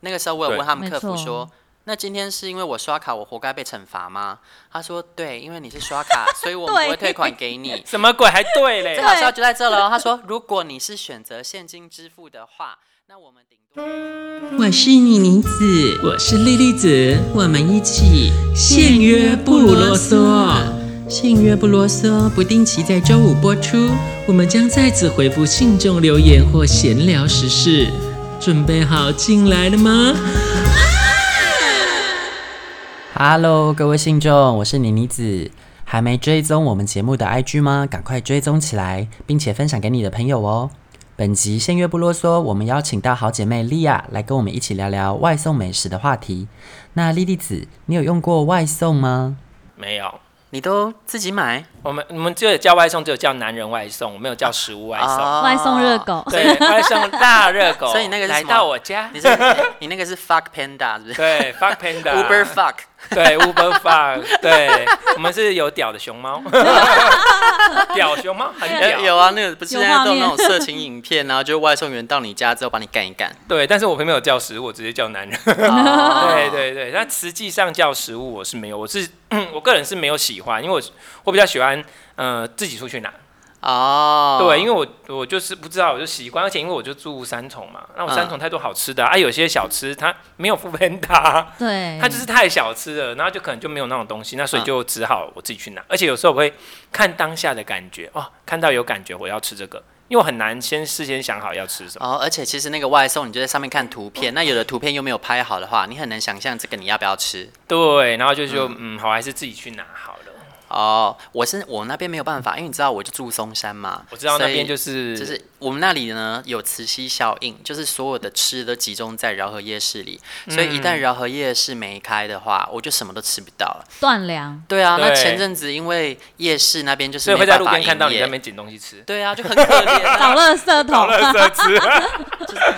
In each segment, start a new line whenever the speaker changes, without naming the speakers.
那个时候我有
对
问他们
没
客服
错
说，那今天是因为我刷卡，我活该被惩罚吗？他说对，因为你是刷 卡，所以我们不会退款给你。
什么鬼？还对嘞
最，好笑就在这了哦。他说，如果你是选择现金支付的话，那我们顶多。
我是妮妮子，
我是莉莉子，
我们一起
限约不啰嗦。
限约不啰嗦，不定期在周五播出。
我们将在此回复信众留言或闲聊时事。准备好进来了吗？
Hello，各位信众，我是妮妮子。还没追踪我们节目的 IG 吗？赶快追踪起来，并且分享给你的朋友哦。本集先约不啰嗦，我们邀请到好姐妹莉亚来跟我们一起聊聊外送美食的话题。那莉莉子，你有用过外送吗？
没有。
你都自己买
我们我们只有叫外送，只有叫男人外送，没有叫食物外送。
外送热，狗，
对，外送大热狗，
哦 所以那个是
来
什么
到我家
你，这你那个是 fuck panda 是不是
对，fuck panda
？Uber fuck，
对，Uber fuck，对，我们是有屌的 熊猫，屌熊猫很
有
屌，
有啊，那个不是
有
现在
画
都有那
面
种色情影片，然后就外送员到你家之后把你干一干。
对，但是我并没有叫食物，我直接叫男人。对
对，
对对，但实际上叫食物我是没有，我是 我个人是没有喜欢，因为我我比较喜欢呃自己出去拿，
哦，
对，因
为
为我我就是不知道我就习惯，而且因为我就住三重嘛，那我三
嗯
重太多好吃的啊，啊有些小吃它没有副喷它， 啊
对，
嗯
它就是太小吃了，然后就可能就没有那种东西，那所以就只好我自己去拿，而且有时候我会看当下的感觉哦，看到有感觉我要吃这个，因为我很难先事先想好要吃什么，
哦，而且其实那个外送，你就在上面看图
嗯
片，那有的图片又没有拍好的话，你很难想象这个你要不要吃。
对，然后就就嗯好，还是自己去拿好了。
哦，我是我那边没有办法，因为你知道我就住松山嘛，
我知道那
所以
边就是
就是我们那里呢有磁吸效应，就是所有的吃都集中在饶河夜市里，
嗯
所以一旦饶河夜市没开的话，我就什么都吃不到了。
断 粮，
对啊，那
对
前阵子因为夜市那边就是
所以
没
会在
办
路
法
边看到你
营
在
业
那边捡东西吃。
对啊，就很可怜、
找
啊。
垃圾桶，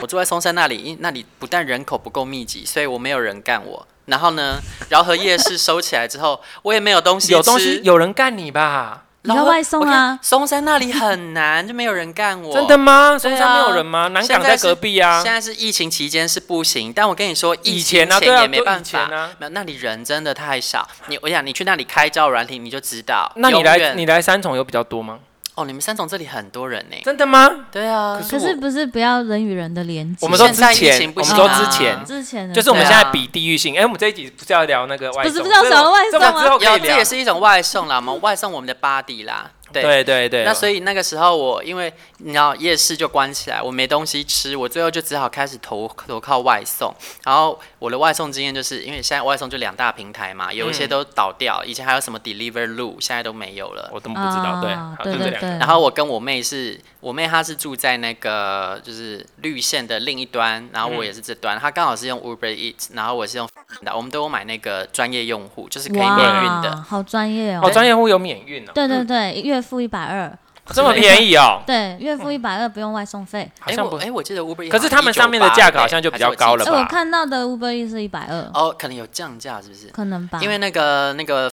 我住在松山那里，因那里不但人口不够密集，所以我没有人干我。然后呢，饶河夜市收起来之后，我也没有东西吃。
有东西，有人干你吧？
然
你
后
要外送啊
我看松山那里很难，就没有人干我。
真的吗？
对啊
松山没有人吗？南
现
港
在
在
是
隔壁啊
现。在是疫情期间是不行，但我跟你说，疫
以
情
前啊对啊
也没
就以
办
前
法。
啊
没有那里人真的太少。你我想你去那里开招软体，你就知道。
那你
永
来
远
你来三重有比较多吗？
哦，你们三重这里很多人呢。
真的吗？
对啊，
可是不是不要人与人的连接？
我们说
现
之
在疫
前
情，不
我
行
们说
啊
之前，
之前的
就是我们
对
现
啊
在比地域性。哎，我们这一集不是要聊那个外
不
送？
是不是要聊外
这
送
个
啊
之后可
有
以
这
聊
也。是一种外送啦，我们外送我们的 body 啦。对。
对啊对对，
那所以那个时候我因为你知道夜市就关起来，我没东西吃，我最后就只好开始投投靠外送。然后我的外送经验就是因为现在外送就两大平台嘛，有一些都倒掉，以前还有什么 Deliveroo，现在都没有了。
我都不知道。对，
啊
好就这
对对
两
对
个。
然后我跟我妹是，我妹她是住在那个就是绿线的另一端，然后我也是这端，她刚好是用 Uber Eats，然后我是用 Foodpanda，我们都有买那个专业用户，就是可以免运
哇，
的。
好专业哦
哦，，专业户有免运哦，
对对对，月付一百二，
这么便宜哦，
对，月付一百二不用外送费。
好
哎、
像
我
不
哎、。我记得 Uber，Eats
可是他们上面的价格好像就比较高
还
了
哎，
是我记
吧
我看到的 Uber E 是一百二，
嗯错哦，可能有降价是不是？
可能吧？
因为那个那个，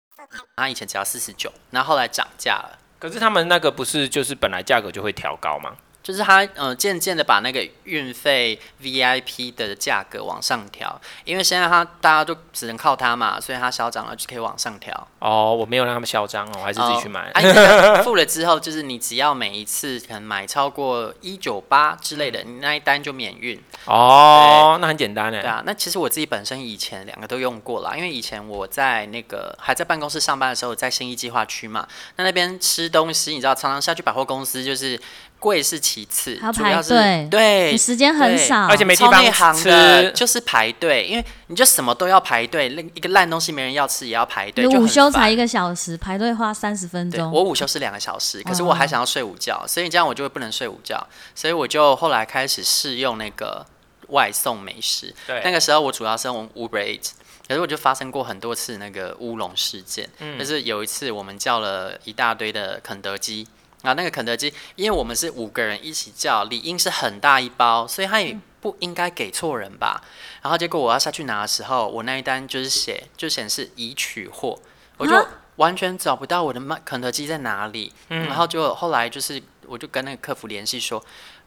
他以前只要四十九，然后后来涨价了，
可是他们那个不是就是本来价格就会调高吗？
就是他呃渐渐的把那个运费 VIP 的价格往上调，因为现在他大家都只能靠他嘛，所以他小涨了就可以往上调。
哦，我没有让他们嚣张哦，我还是自己去
哦
买。
啊、那个付了之后，就是你只要每一次可能买超过一九八之 类的，你那一单就免运。
哦，那很简单哎。
对啊，那其实我自己本身以前两个都用过啦，因为以前我在那个还在办公室上班的时候，在新一计划区嘛，那那边吃东西，你知道，常常下去百货公司就是贵是其次
还要，
主
排
要是
队
对
你。时间很
对
少，
而且没地
超
方
内行的
吃
就是排队，因为你就什么都要排队，那一个烂东西没人要吃也要排队，
你
就很
午休才
烦
一个小时，排队花三十分
对，
钟。
我午休是两个小时，可是
哦
我还想要睡午觉，所以这样我就会不能睡午觉，所以我就后来开始试用那个外送美食。
对
那个时候我主要是用 Uber Eats，可是我就发生过很多次那个乌龙事件，就是有一次我们叫了一大堆的肯德基。啊，那个肯德基，因为我们是五个人一起叫，理应是很大一包，所以他也不应该给错人吧。然后结果我要下去拿的时候，我那一单就是写就显示已取货，我就
啊
完全找不到我的麦肯德基在哪里。然后就后来就是我就跟那个客服联系说，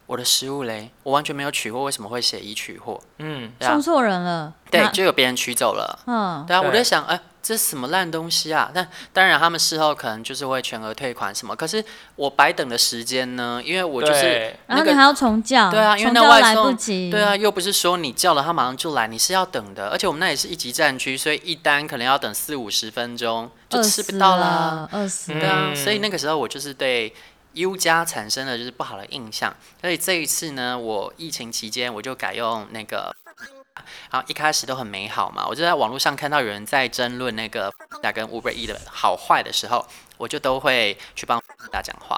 我的食物嘞，我完全没有取货，为什么会写已取货？
嗯，
对啊
送，错人了。
对，
那
就有别人取走了。
嗯，
对啊，我
对
在想，哎、这什么烂东西啊？但当然，他们事后可能就是会全额退款什么。可是我白等的时间呢？因为我就是
对
然
那
后你
个
还要重叫，
对啊因为
重
那
叫
外
来
送
不及。
对啊，，又不是说你叫了他马上就来，你是要等的。而且我们那也是一级战区，所以一单可能要等四五十分钟，就
饿
吃
死
不到啦。
了，饿死
对
了。
啊，
嗯
所以那个时候我就是对 U 加产生了就是不好的印象，所以这一次呢，我疫情期间我就改用那个。然后一开始都很美好嘛，我就在网络上看到有人在争论那个打跟 Uber E 的好坏的时候，我就都会去帮大家讲话。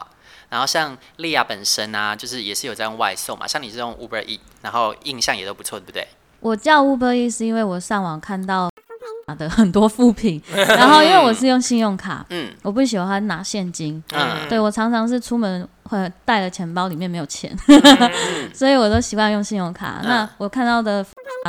然后像莉亚本身啊，就是也是有在用外送嘛，像你这种 Uber E，然后印象也都不错，对不对？
我叫 Uber E 是因为我上网看到的很多副品， 然后因为我是用信用卡，
嗯
我不喜欢拿现金，
嗯，
对我常常是出门会带了钱包里面没有钱， 所以我都习惯用信用卡。
嗯
那我看到的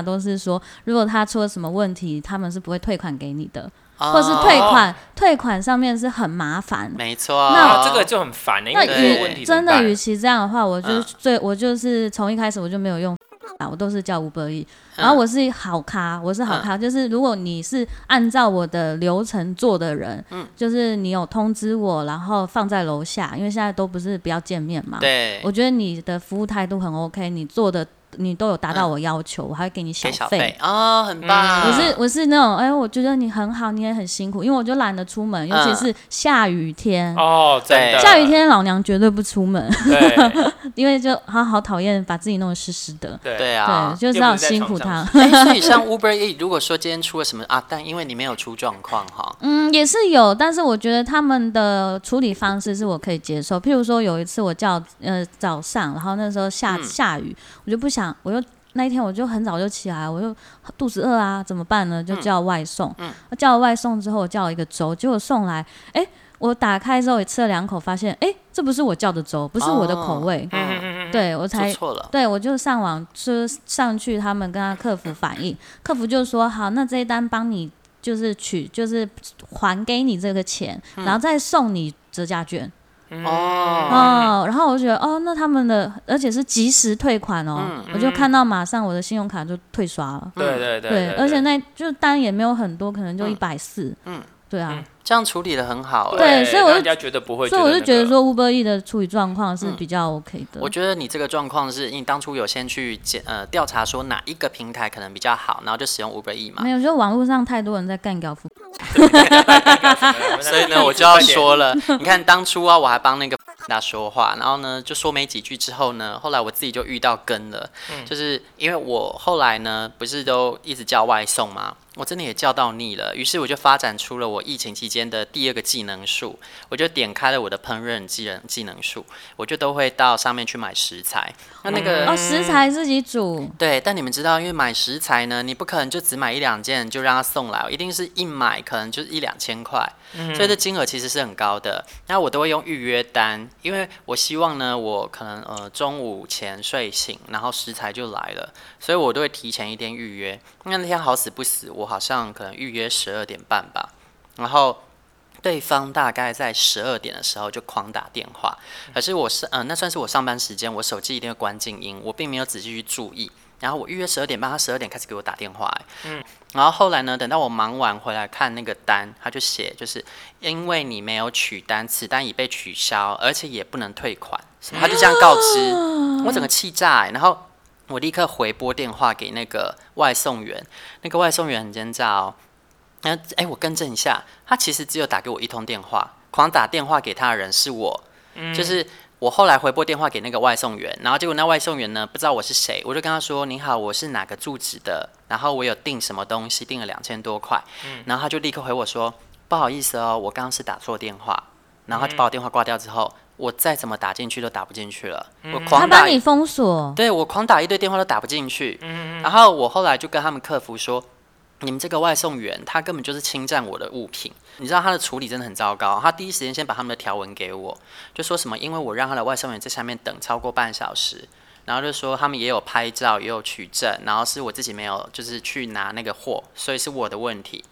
都是说，如果他出了什么问题，他们是不会退款给你的，或是退
哦，
款，退款上面是很麻烦。
没错。
啊，这个就很烦呢，因
那
为这个问
与
题怎
真
么
的，
办
与其这样的话，我就
嗯
最、我就是从一开始我就没有用。啊，我都是叫 Uber E，然
嗯
后我是好咖，我是好咖，就是如果你是按照我的流程做的人，
嗯
就是你有通知我，然后放在楼下，因为现在都不是不要见面嘛，
嗯对
我觉得你的服务态度很 OK，你做的你都有达到我要求，我还会给你
嗯
小
给小
费
费。哦，很棒。
我是我是那种，哎、我觉得你很好，你也很辛苦，因为我就懒得出门，尤其
嗯
是下雨天。
哦，真的，
下雨天老娘绝对不出门，
对，
因为就好好讨厌把自己弄得湿湿的。
对
对啊
对，，就是要辛苦他。
哎，所以像 Uber E，如果说今天出了什么啊，但因为你没有出状况哈，
嗯，也是有，但是我觉得他们的处理方式是我可以接受。譬如说有一次我叫呃早上，然后那时候下、
嗯
下雨，我就不想，我就那一天我就很早就起来，我就肚子饿啊，怎么办呢？就叫外送。
嗯
我叫了外送之后，我叫了一个粥，结果送来，哎、我打开之后也吃了两口，发现哎、这不是我叫的粥，不是我的口
哦
味，
嗯，
对我
做
才
错了，
对，我就上网就是上去，他们跟他客服反映，客服就说好，那这一单帮你就是取，就是还给你这个钱，
嗯
然后再送你折价券。
哦，
哦，然后我就觉得哦，那他们的而且是及时退款哦，
嗯
我就看到马上我的信用卡就退刷了。
对对对
对，而且那就单也没有很多，可能就一百四。
嗯，
对啊。
这样处理的很好。哎
对所以我就
大家觉得不会，
所以我就觉
那
得
个，
说，Uber E 的处理状况是
嗯
比较 OK 的。
我觉得你这个状况是因为你当初有先去检呃调查说哪一个平台可能比较好，然后就使用 Uber E 嘛
没。有，就网络上太多人在干掉服
所以呢，我就要说了，你看当初啊，我还帮那个他说话，然后呢，就说没几句之后呢，后来我自己就遇到根了，就是因为我后来呢，不是都一直叫外送吗？我真的也叫到腻了，于是我就发展出了我疫情期间的第二个技能术，我就点开了我的烹饪技能技能术，我就都会到上面去买食材。那那个、
哦，食材自己煮，
对，但你们知道，因为买食材呢，你不可能就只买一两件就让他送来，一定是一买可能就是一两千块，所以这金额其实是很高的。那我都会用预约单，因为我希望呢，我可能呃中午前睡醒，然后食材就来了，所以我都会提前一天预约。那那天好死不死，我好像可能预约十二点半吧，然后。对方大概在十二点的时候就狂打电话，可是我是嗯、呃那算是我上班时间，我手机一定会关静音，我并没有仔细去注意。然后我预约十二点半，他十二点开始给我打电话、欸，然后后来呢，等到我忙完回来看那个单，他就写就是因为你没有取单，此单已被取消，而且也不能退款，什么他就这样告知，我整个气炸、欸，然后。我立刻回拨电话给那个外送员，那个外送员很奸诈哦。那哎、我更正一下，他其实只有打给我一通电话，狂打电话给他的人是我，就是我后来回拨电话给那个外送员，然后结果那外送员呢不知道我是谁，我就跟他说：“你好，我是哪个住址的，然后我有订什么东西，订了两千多块。”然后他就立刻回我说：“不好意思哦，我刚刚是打错电话。”然后他就把我电话挂掉之后，我再怎么打进去都打不进去了，我
他
狂
把
打
你封锁。
对我狂打一堆电话都打不进去，然后我后来就跟他们客服说，你们这个外送员他根本就是侵占我的物品，你知道他的处理真的很糟糕，他第一时间先把他们的条文给我，就说什么因为我让他的外送员在下面等超过半小时。然后就说他们也有拍照，也有取证，然后是我自己没有，就是去拿那个货，所以是我的问题。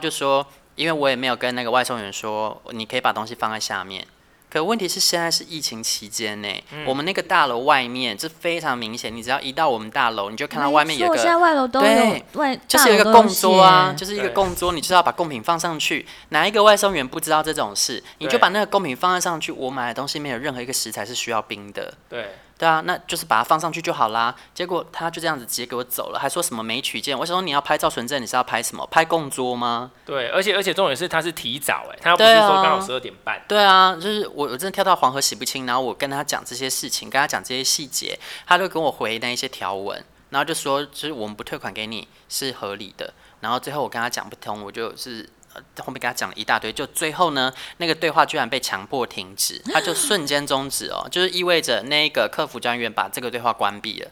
就说因为我也没有跟那个外送员说，你可以把东西放在下面，可问题是现在是疫情期间呢、
嗯
我们那个大楼外面这非常明显，你只要一到我们大楼，你就看到外面有
没错现在
个。
外楼都有
对
外，
就是有一
大
个
楼都
供桌啊，
写
就是一个
对
供桌，你就是要把贡品放上去。哪一个外送员不知道这种事？你就
对
把那个贡品放在上去。我买的东西没有任何一个食材是需要冰的，
对，
对啊，那就是把它放上去就好啦。结果他就这样子直接给我走了，还说什么没取件。我想说你要拍照存证，你是要拍什么？拍供桌吗？
对，而且而且重点是他是提早哎、他又不是
对啊
说刚好十二点半，
对啊，就是我我真的跳到黄河洗不清，然后我跟他讲这些事情，跟他讲这些细节，他就跟我回那一些条文，然后就说就是我们不退款给你是合理的，然后最后我跟他讲不通，我就是。呃后面跟他讲了一大堆，就最后呢，那个对话居然被强迫停止，他就瞬间终止哦，就是意味着那个客服专员把这个对话关闭了。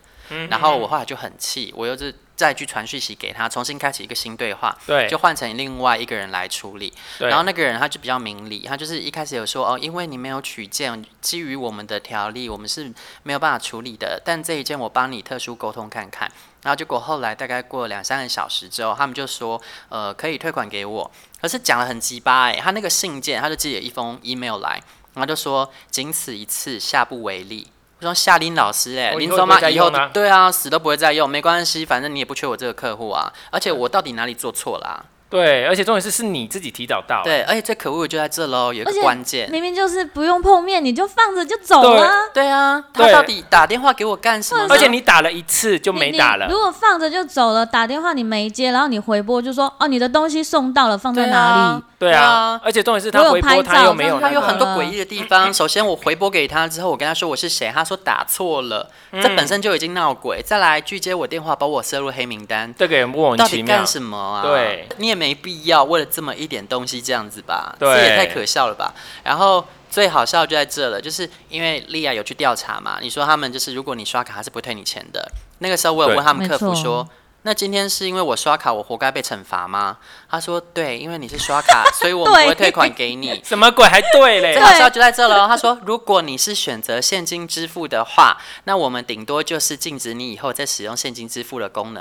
然后我后来就很气，我又是再去传讯息给他，重新开启一个新对话，
对
就换成另外一个人来处理。
对
然后那个人他就比较明理，他就是一开始有说哦，因为你没有取件，基于我们的条例，我们是没有办法处理的。但这一件我帮你特殊沟通看看。然后结果后来大概过了两三个小时之后，他们就说呃可以退款给我，可是讲的很鸡巴哎、他那个信件他就寄了一封 email 来，然后就说仅此一次，下不为例。我说夏琳老师哎、
我以
林
后
周
不会
妈
再
以后
用啊
对啊，死都不会再用，没关系，反正你也不缺我这个客户啊。而且我到底哪里做错啊啦、
对，而且重点是是你自己提早到，啊
对，而且最可恶的就在这喽，有一
而
个
且
关键。
明明就是不用碰面，你就放着就走了。
对啊，他
对
到底打电话给我干什么呢？
而且你打了一次就
你
没打了
你，如果放着就走了，打电话你没接，然后你回拨就说哦，你的东西送到了，放在哪里？
对
对啊
啊，而且重点是
我
他
有
回
拍
拨他
照
又没有
但
那
他有
个，
很多诡异的地 方。首先，我回拨给他之后，我跟他说我是谁，他说打错了，这本身就已经闹鬼。再来拒接我电话，把我设入黑名单，
这个也莫名
到
其
底
妙
干，什么啊？
对，
你也没必要为了这么一点东西这样子吧，
对
这也太可笑了吧。然后最好笑就在这了，就是因为莉亚有去调查嘛，你说他们就是如果你刷卡，他是不会退你钱的。那个时候我有
对
问他们客服
没错
说。那今天是因为我刷卡，我活该被惩罚吗？他说对，因为你是刷 卡，所以我们不会退款给你。
什么鬼还对嘞
最？好笑就在这 了哦。他说，如果你是选择现金支付的话，那我们顶多就是禁止你以后再使用现金支付的功能。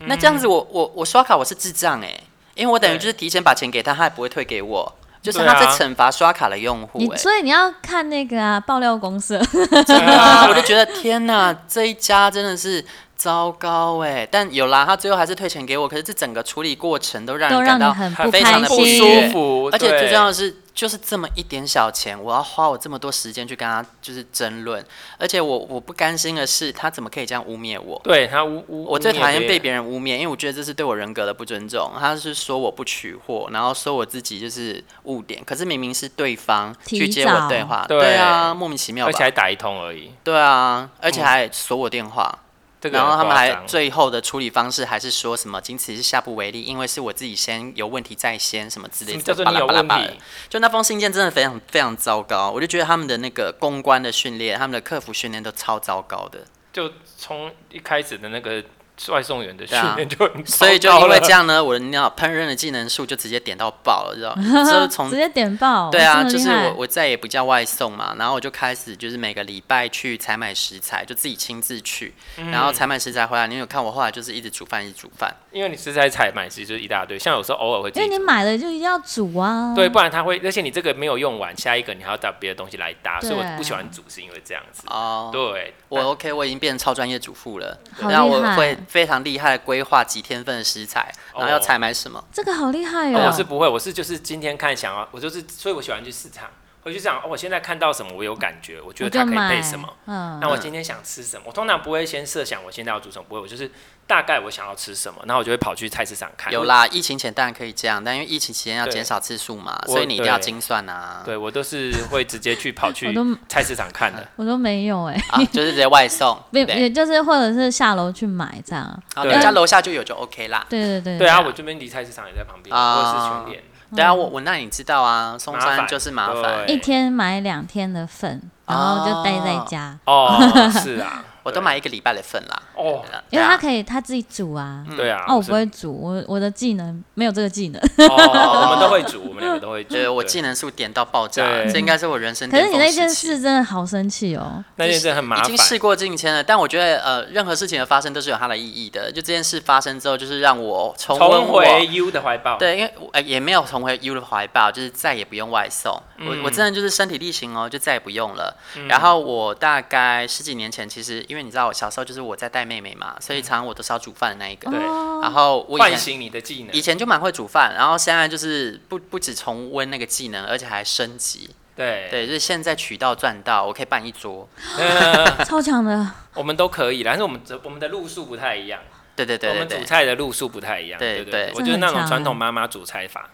嗯
那这样子我，我我刷卡我是智障哎、因为我等于
对
就是提前把钱给他，他也不会退给我，就是
对
他
啊
在惩罚刷卡的用户
你
哎、
所以你要看那个啊，爆料公社。
真的啊，我就觉得天哪，这一家真的是。糟糕哎、但有啦，他最后还是退钱给我。可是这整个处理过程都让
都
人
让
感
你
到
很不
非常的
开
不
心
舒服，
舒服，
而且
对
最重要的是，就是这么一点小钱，我要花我这么多时间去跟他就是争论，而且我我不甘心的是，他怎么可以这样污蔑我？
对他污污，
我最讨厌被
人。
别人污蔑，因为我觉得这是对我人格的不尊重。他是说我不取货，然后说我自己就是误点，可是明明是对方
提
去接
早
我对话，
对
对啊，莫名其妙
而且还
吧？
打一通而已，
对啊，而且还锁我电话，
嗯这个
然后
很
他们
夸
还
张
最后的处理方式还是说什么“仅此是下不为例”，因为是我自己先有问题在先，什么之
什
类
么
的。
叫做嗯你有
巴拉
问
巴拉巴拉
题？
就那封信件真的非常非常糟糕，我就觉得他们的那个公关的训练，他们的客服训练都超糟糕的，
就从一开始的那个外送员的训
对啊
练就很
所以就
糟糕
因为
了
这，样呢，我的那烹饪的技能数就直接点到爆了，知道吗？ 就是从
直接点爆，
对啊，
哦这么
就
厉
是
害
我我再也不叫外送嘛，然后我就开始就是每个礼拜去采买食材，就自己亲自去，
嗯
然后采买食材回来，你有看我后来就是一直煮饭，一直煮饭。
因为你食材采买其实就是一大堆，像有时候偶尔会自
因为
己
你
煮，
买了就一定要煮啊。
对，，不然他会，而且你这个没有用完，下一个你还要找别的东西来搭，所以
对啊
我不喜欢煮是因为这样子。
哦、
对，
我 OK，我已经变成超专业主妇了，
好
然后
厉
我
害
会非常厉害的规划几天份的食材，然
哦
后要采买什么。
这个好厉害
但
哦。
我是不会，我是就是今天看想要，我就是，所以我喜欢去市场，回去想哦，我现在看到什么我有感觉，我觉
我
得它
就
可以
买
配什么。？
嗯，
那我今天想吃什么？我通常不会先设想我现在要煮什么，不会，我就是大概我想要吃什么，然后我就会跑去菜市场看。
有啦，疫情前当然可以这样，但因为疫情期间要
对
减少次数嘛，
我
所以你一定要
对
精算啊。
对我都是会直接去跑
我
去
都 嗯
菜市场看的。
我都没有哎，
啊，就是直接外送
。没有
对，
也就是或者是下楼去买这样。
好，
对
人家楼下就有就 OK 啦。
对对对
对啊，我这边离菜市场也在旁边，
啊
或者是全联。
对
嗯
啊，我我那你知道啊，松
麻
山
烦
就是麻烦。
对
哦
一天买两天的份，然后就待在家。
哦，是啊，
我都买一个礼拜的份啦。
哦，
呃对
因为
啊嗯
他可以他自己煮啊。
对啊，
哦，我
是
不会煮，我我的技能没有这 个技能。
哦，我们都会煮，我们两个都会煮。
对，我
对
技能数点到爆炸，
对
这应该是我人生
可是
巅
你
峰
那件
时期。
事真的好生气哦。
那件真的很麻
已
烦。
经事过境迁了，但我觉得呃，任何事情的发生都是有它的意义的。就这件事发生之后，就是让我重温
重
我
回 U 的怀抱。，
对，因为我呃也没有重回 U 的怀抱，就是再也不用外送。
嗯
我我真的就是身体力行哦，就再也不用了。然后我大概十几年前，其实因为你知道，我小时候就是我在带妹妹嘛，所以常常我都是要煮饭的那一
哦
个。
对
然后我以
嗯唤
前
醒你的技能
以。前就蛮会煮饭，然后现在就是不不止重温那个技能，而且还升级。
对，
对，就是现在渠道赚到，我可以办一桌。啊
嗯
超强的，
我们都可以啦，但是我们的我们的路数不太一样，
对对对
我
对
们煮
对。
菜的路数不太一样。
对
对对
对，
我就是那
真的
种
很
传
强
统妈妈煮菜法，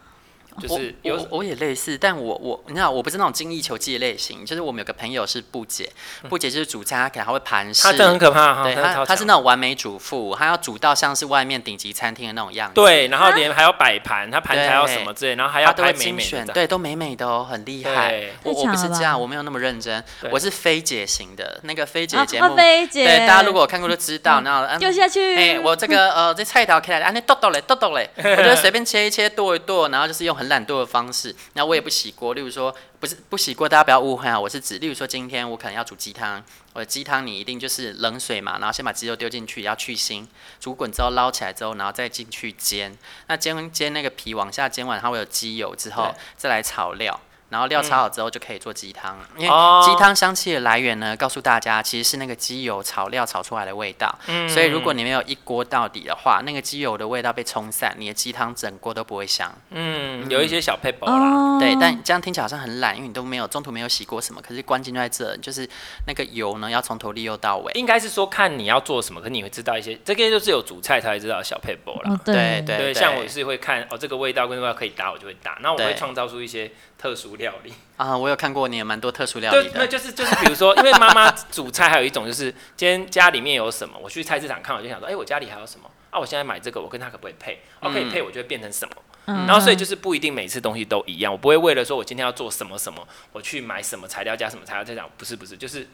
就是
啊我
有
我我也类似，但我我你知道，我不是那种精益求精的类型，就是我们有个朋友是布姐，
嗯
布姐就是煮菜，她可能还会盘式，
她真的很可怕哈，
对
真的
她
啊超
她是
强
那种完美主妇，她要煮到像是外面顶级餐厅的那种样子，，
对，然后连还要摆盘，她盘
对
还要什么之类，然后还
她
要
都会
拍美
精
美
选，
的。
对，都美美的哦，很厉害
对。
我
太
我
强
不是
了吧
这样，我没有那么认真，
对
我是菲姐型的，那个菲姐
啊
节
啊
目，
菲姐
对大家如果有看过就知道，那嗯
丢下 去。
哎、我这个呃，这菜刀开来，啊，那剁剁嘞，剁剁嘞，我就随便切一切，剁一剁，然后就是用很懒惰的方式，然后我也不洗锅。例如说，不是不洗锅，大家不要误会啊，我是指，例如说今天我可能要煮鸡汤，我的鸡汤你一定就是冷水嘛，然后先把鸡肉丢进去，要去腥，煮滚之后捞起来之后，然后再进去煎。那煎煎那个皮往下煎完，它会有鸡油之后
对，嗯
再来炒料。然后料炒好之后就可以做鸡汤，因
哦
为鸡汤香气的来源呢，告诉大家其实是那个鸡油炒料炒出来的味道。
嗯
所以如果你没有一锅到底的话，那个鸡油的味道被冲散，你的鸡汤整锅都不会香。
嗯，有一些小 paper 啦，
哦，
对，但这样听起来好像很懒，因为你都没有中途没有洗过什么。可是关键就在这，就是那个油呢要从头利用到尾。
应该是说看你要做什么，可是你会知道一些，这个就是有煮菜才会知道的小 paper 啦
哦。
对
对
对
对，像我是会看哦，这个味道跟味道可以搭，我就会搭。那我会
对
创造出一些特殊料理。
啊、我有看过你也蛮多特殊料
对
理，
那
的。
就是就是，比如说，因为妈妈煮菜，还有一种就是今天家里面有什么，我去菜市场看，我就想说，哎、我家里还有什么啊？我现在买这个，我跟它可不可以配？哦，
嗯
可以配，我就会变成什么。
嗯
然后所以就是不一定每次东西都一样，我不会为了说我今天要做什么什么，我去买什么材料加什么材料再讲，不是不是，就是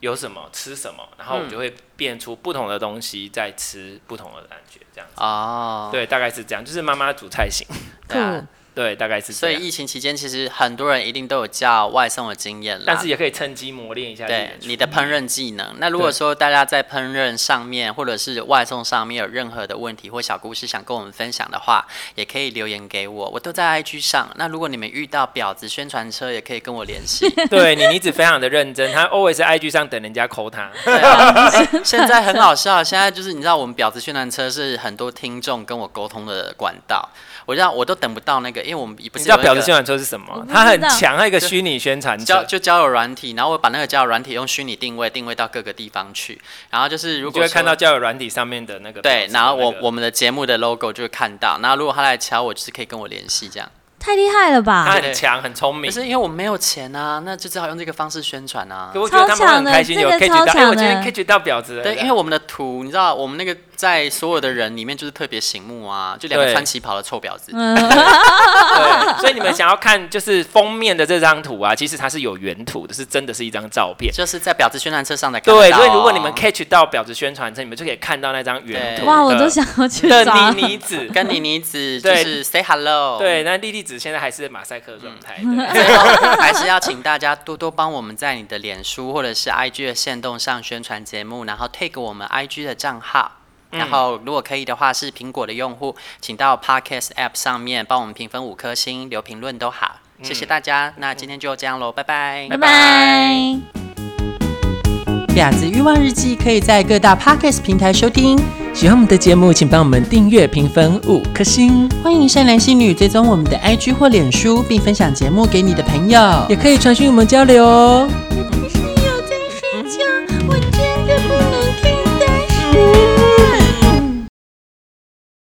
有什么吃什么，然
嗯
后我就会变出不同的东西，再吃不同的感觉，这样子。
哦，
对，大概是这样，就是妈妈煮菜型。
对啊
酷
对，大概是这
所
样。
以疫情期间，其实很多人一定都有叫外送的经验啦。
但是也可以趁机磨练一下
对
自
你
己
的
的厨艺
烹饪技能。那如果
对
说大家在烹饪上面或者是外送上面有任何的问题或小故事想跟我们分享的话，也可以留言给我，我都在 IG 上。那如果你们遇到婊子宣传车，也可以跟我联 系。
对你妮子非常的认真，她 always 在 IG 上等人家 call 她。
对啊哎现在很好笑，现在就是你知道我们婊子宣传车是很多听众跟我沟通的管道，我知道我都等不到那个，因为我们不
你
是
知道
有一个
婊子宣传车是什
我
么
不？知道
它很强，它有一个虚拟宣传
交
车，
就交友软体，然后我把那个交友软体用虚拟定位定位到各个地方去，然后就是如
你
果
就会看
说
到交友软体上面的那个婊子
对
的，那个。
然后我我们的节目的 logo 就会看到，然后如果他来敲我，就是可以跟我联系这样。
太厉害了
他
吧！
很强，很聪
嗯
明
可。是因为我没有钱啊，那就只好用这个方式宣传啊
可。我觉得他们会很开心，有 catch 到，
超强的这个超
哎，我今
强
天
的
catch 到婊子了。
对，因为我们的图，你知道，我们那个在所有的人里面就是特别醒目啊，就两个
对
穿旗袍的臭婊
嗯
子。
嗯
对，所以你们想要看就是封面的这张图啊，其实它是有原图的，是真的是一张照片。
就是在婊子宣传车上的、
对，所以如果你们 catch 到婊子宣传车，你们就可以看到那张原
对
图。
哇，我都想要去
的
抓。
妮 妮子，
跟妮妮子就
对
是 say hello，
对，那莉莉子现在还是马赛克状态。
所
对
以说还是要请大家多多帮我们在你的脸书或者是 IG 的线动上宣传节目，然后 take 我们 IG 的账号。然后，如果可以的话，是苹果的用户，请到 Podcast App 上面帮我们评分五颗星，留评论都好，谢谢大家。那今天就这样喽，拜拜，
拜拜。
婊子欲望日记可以在各大 podcast 平台收听，
喜欢我们的节目，请帮我们订阅、评分五颗星，
欢迎善男信女追踪我们的 IG 或脸书，并分享节目给你的朋友。
也可以传讯我们交流哦。
这个是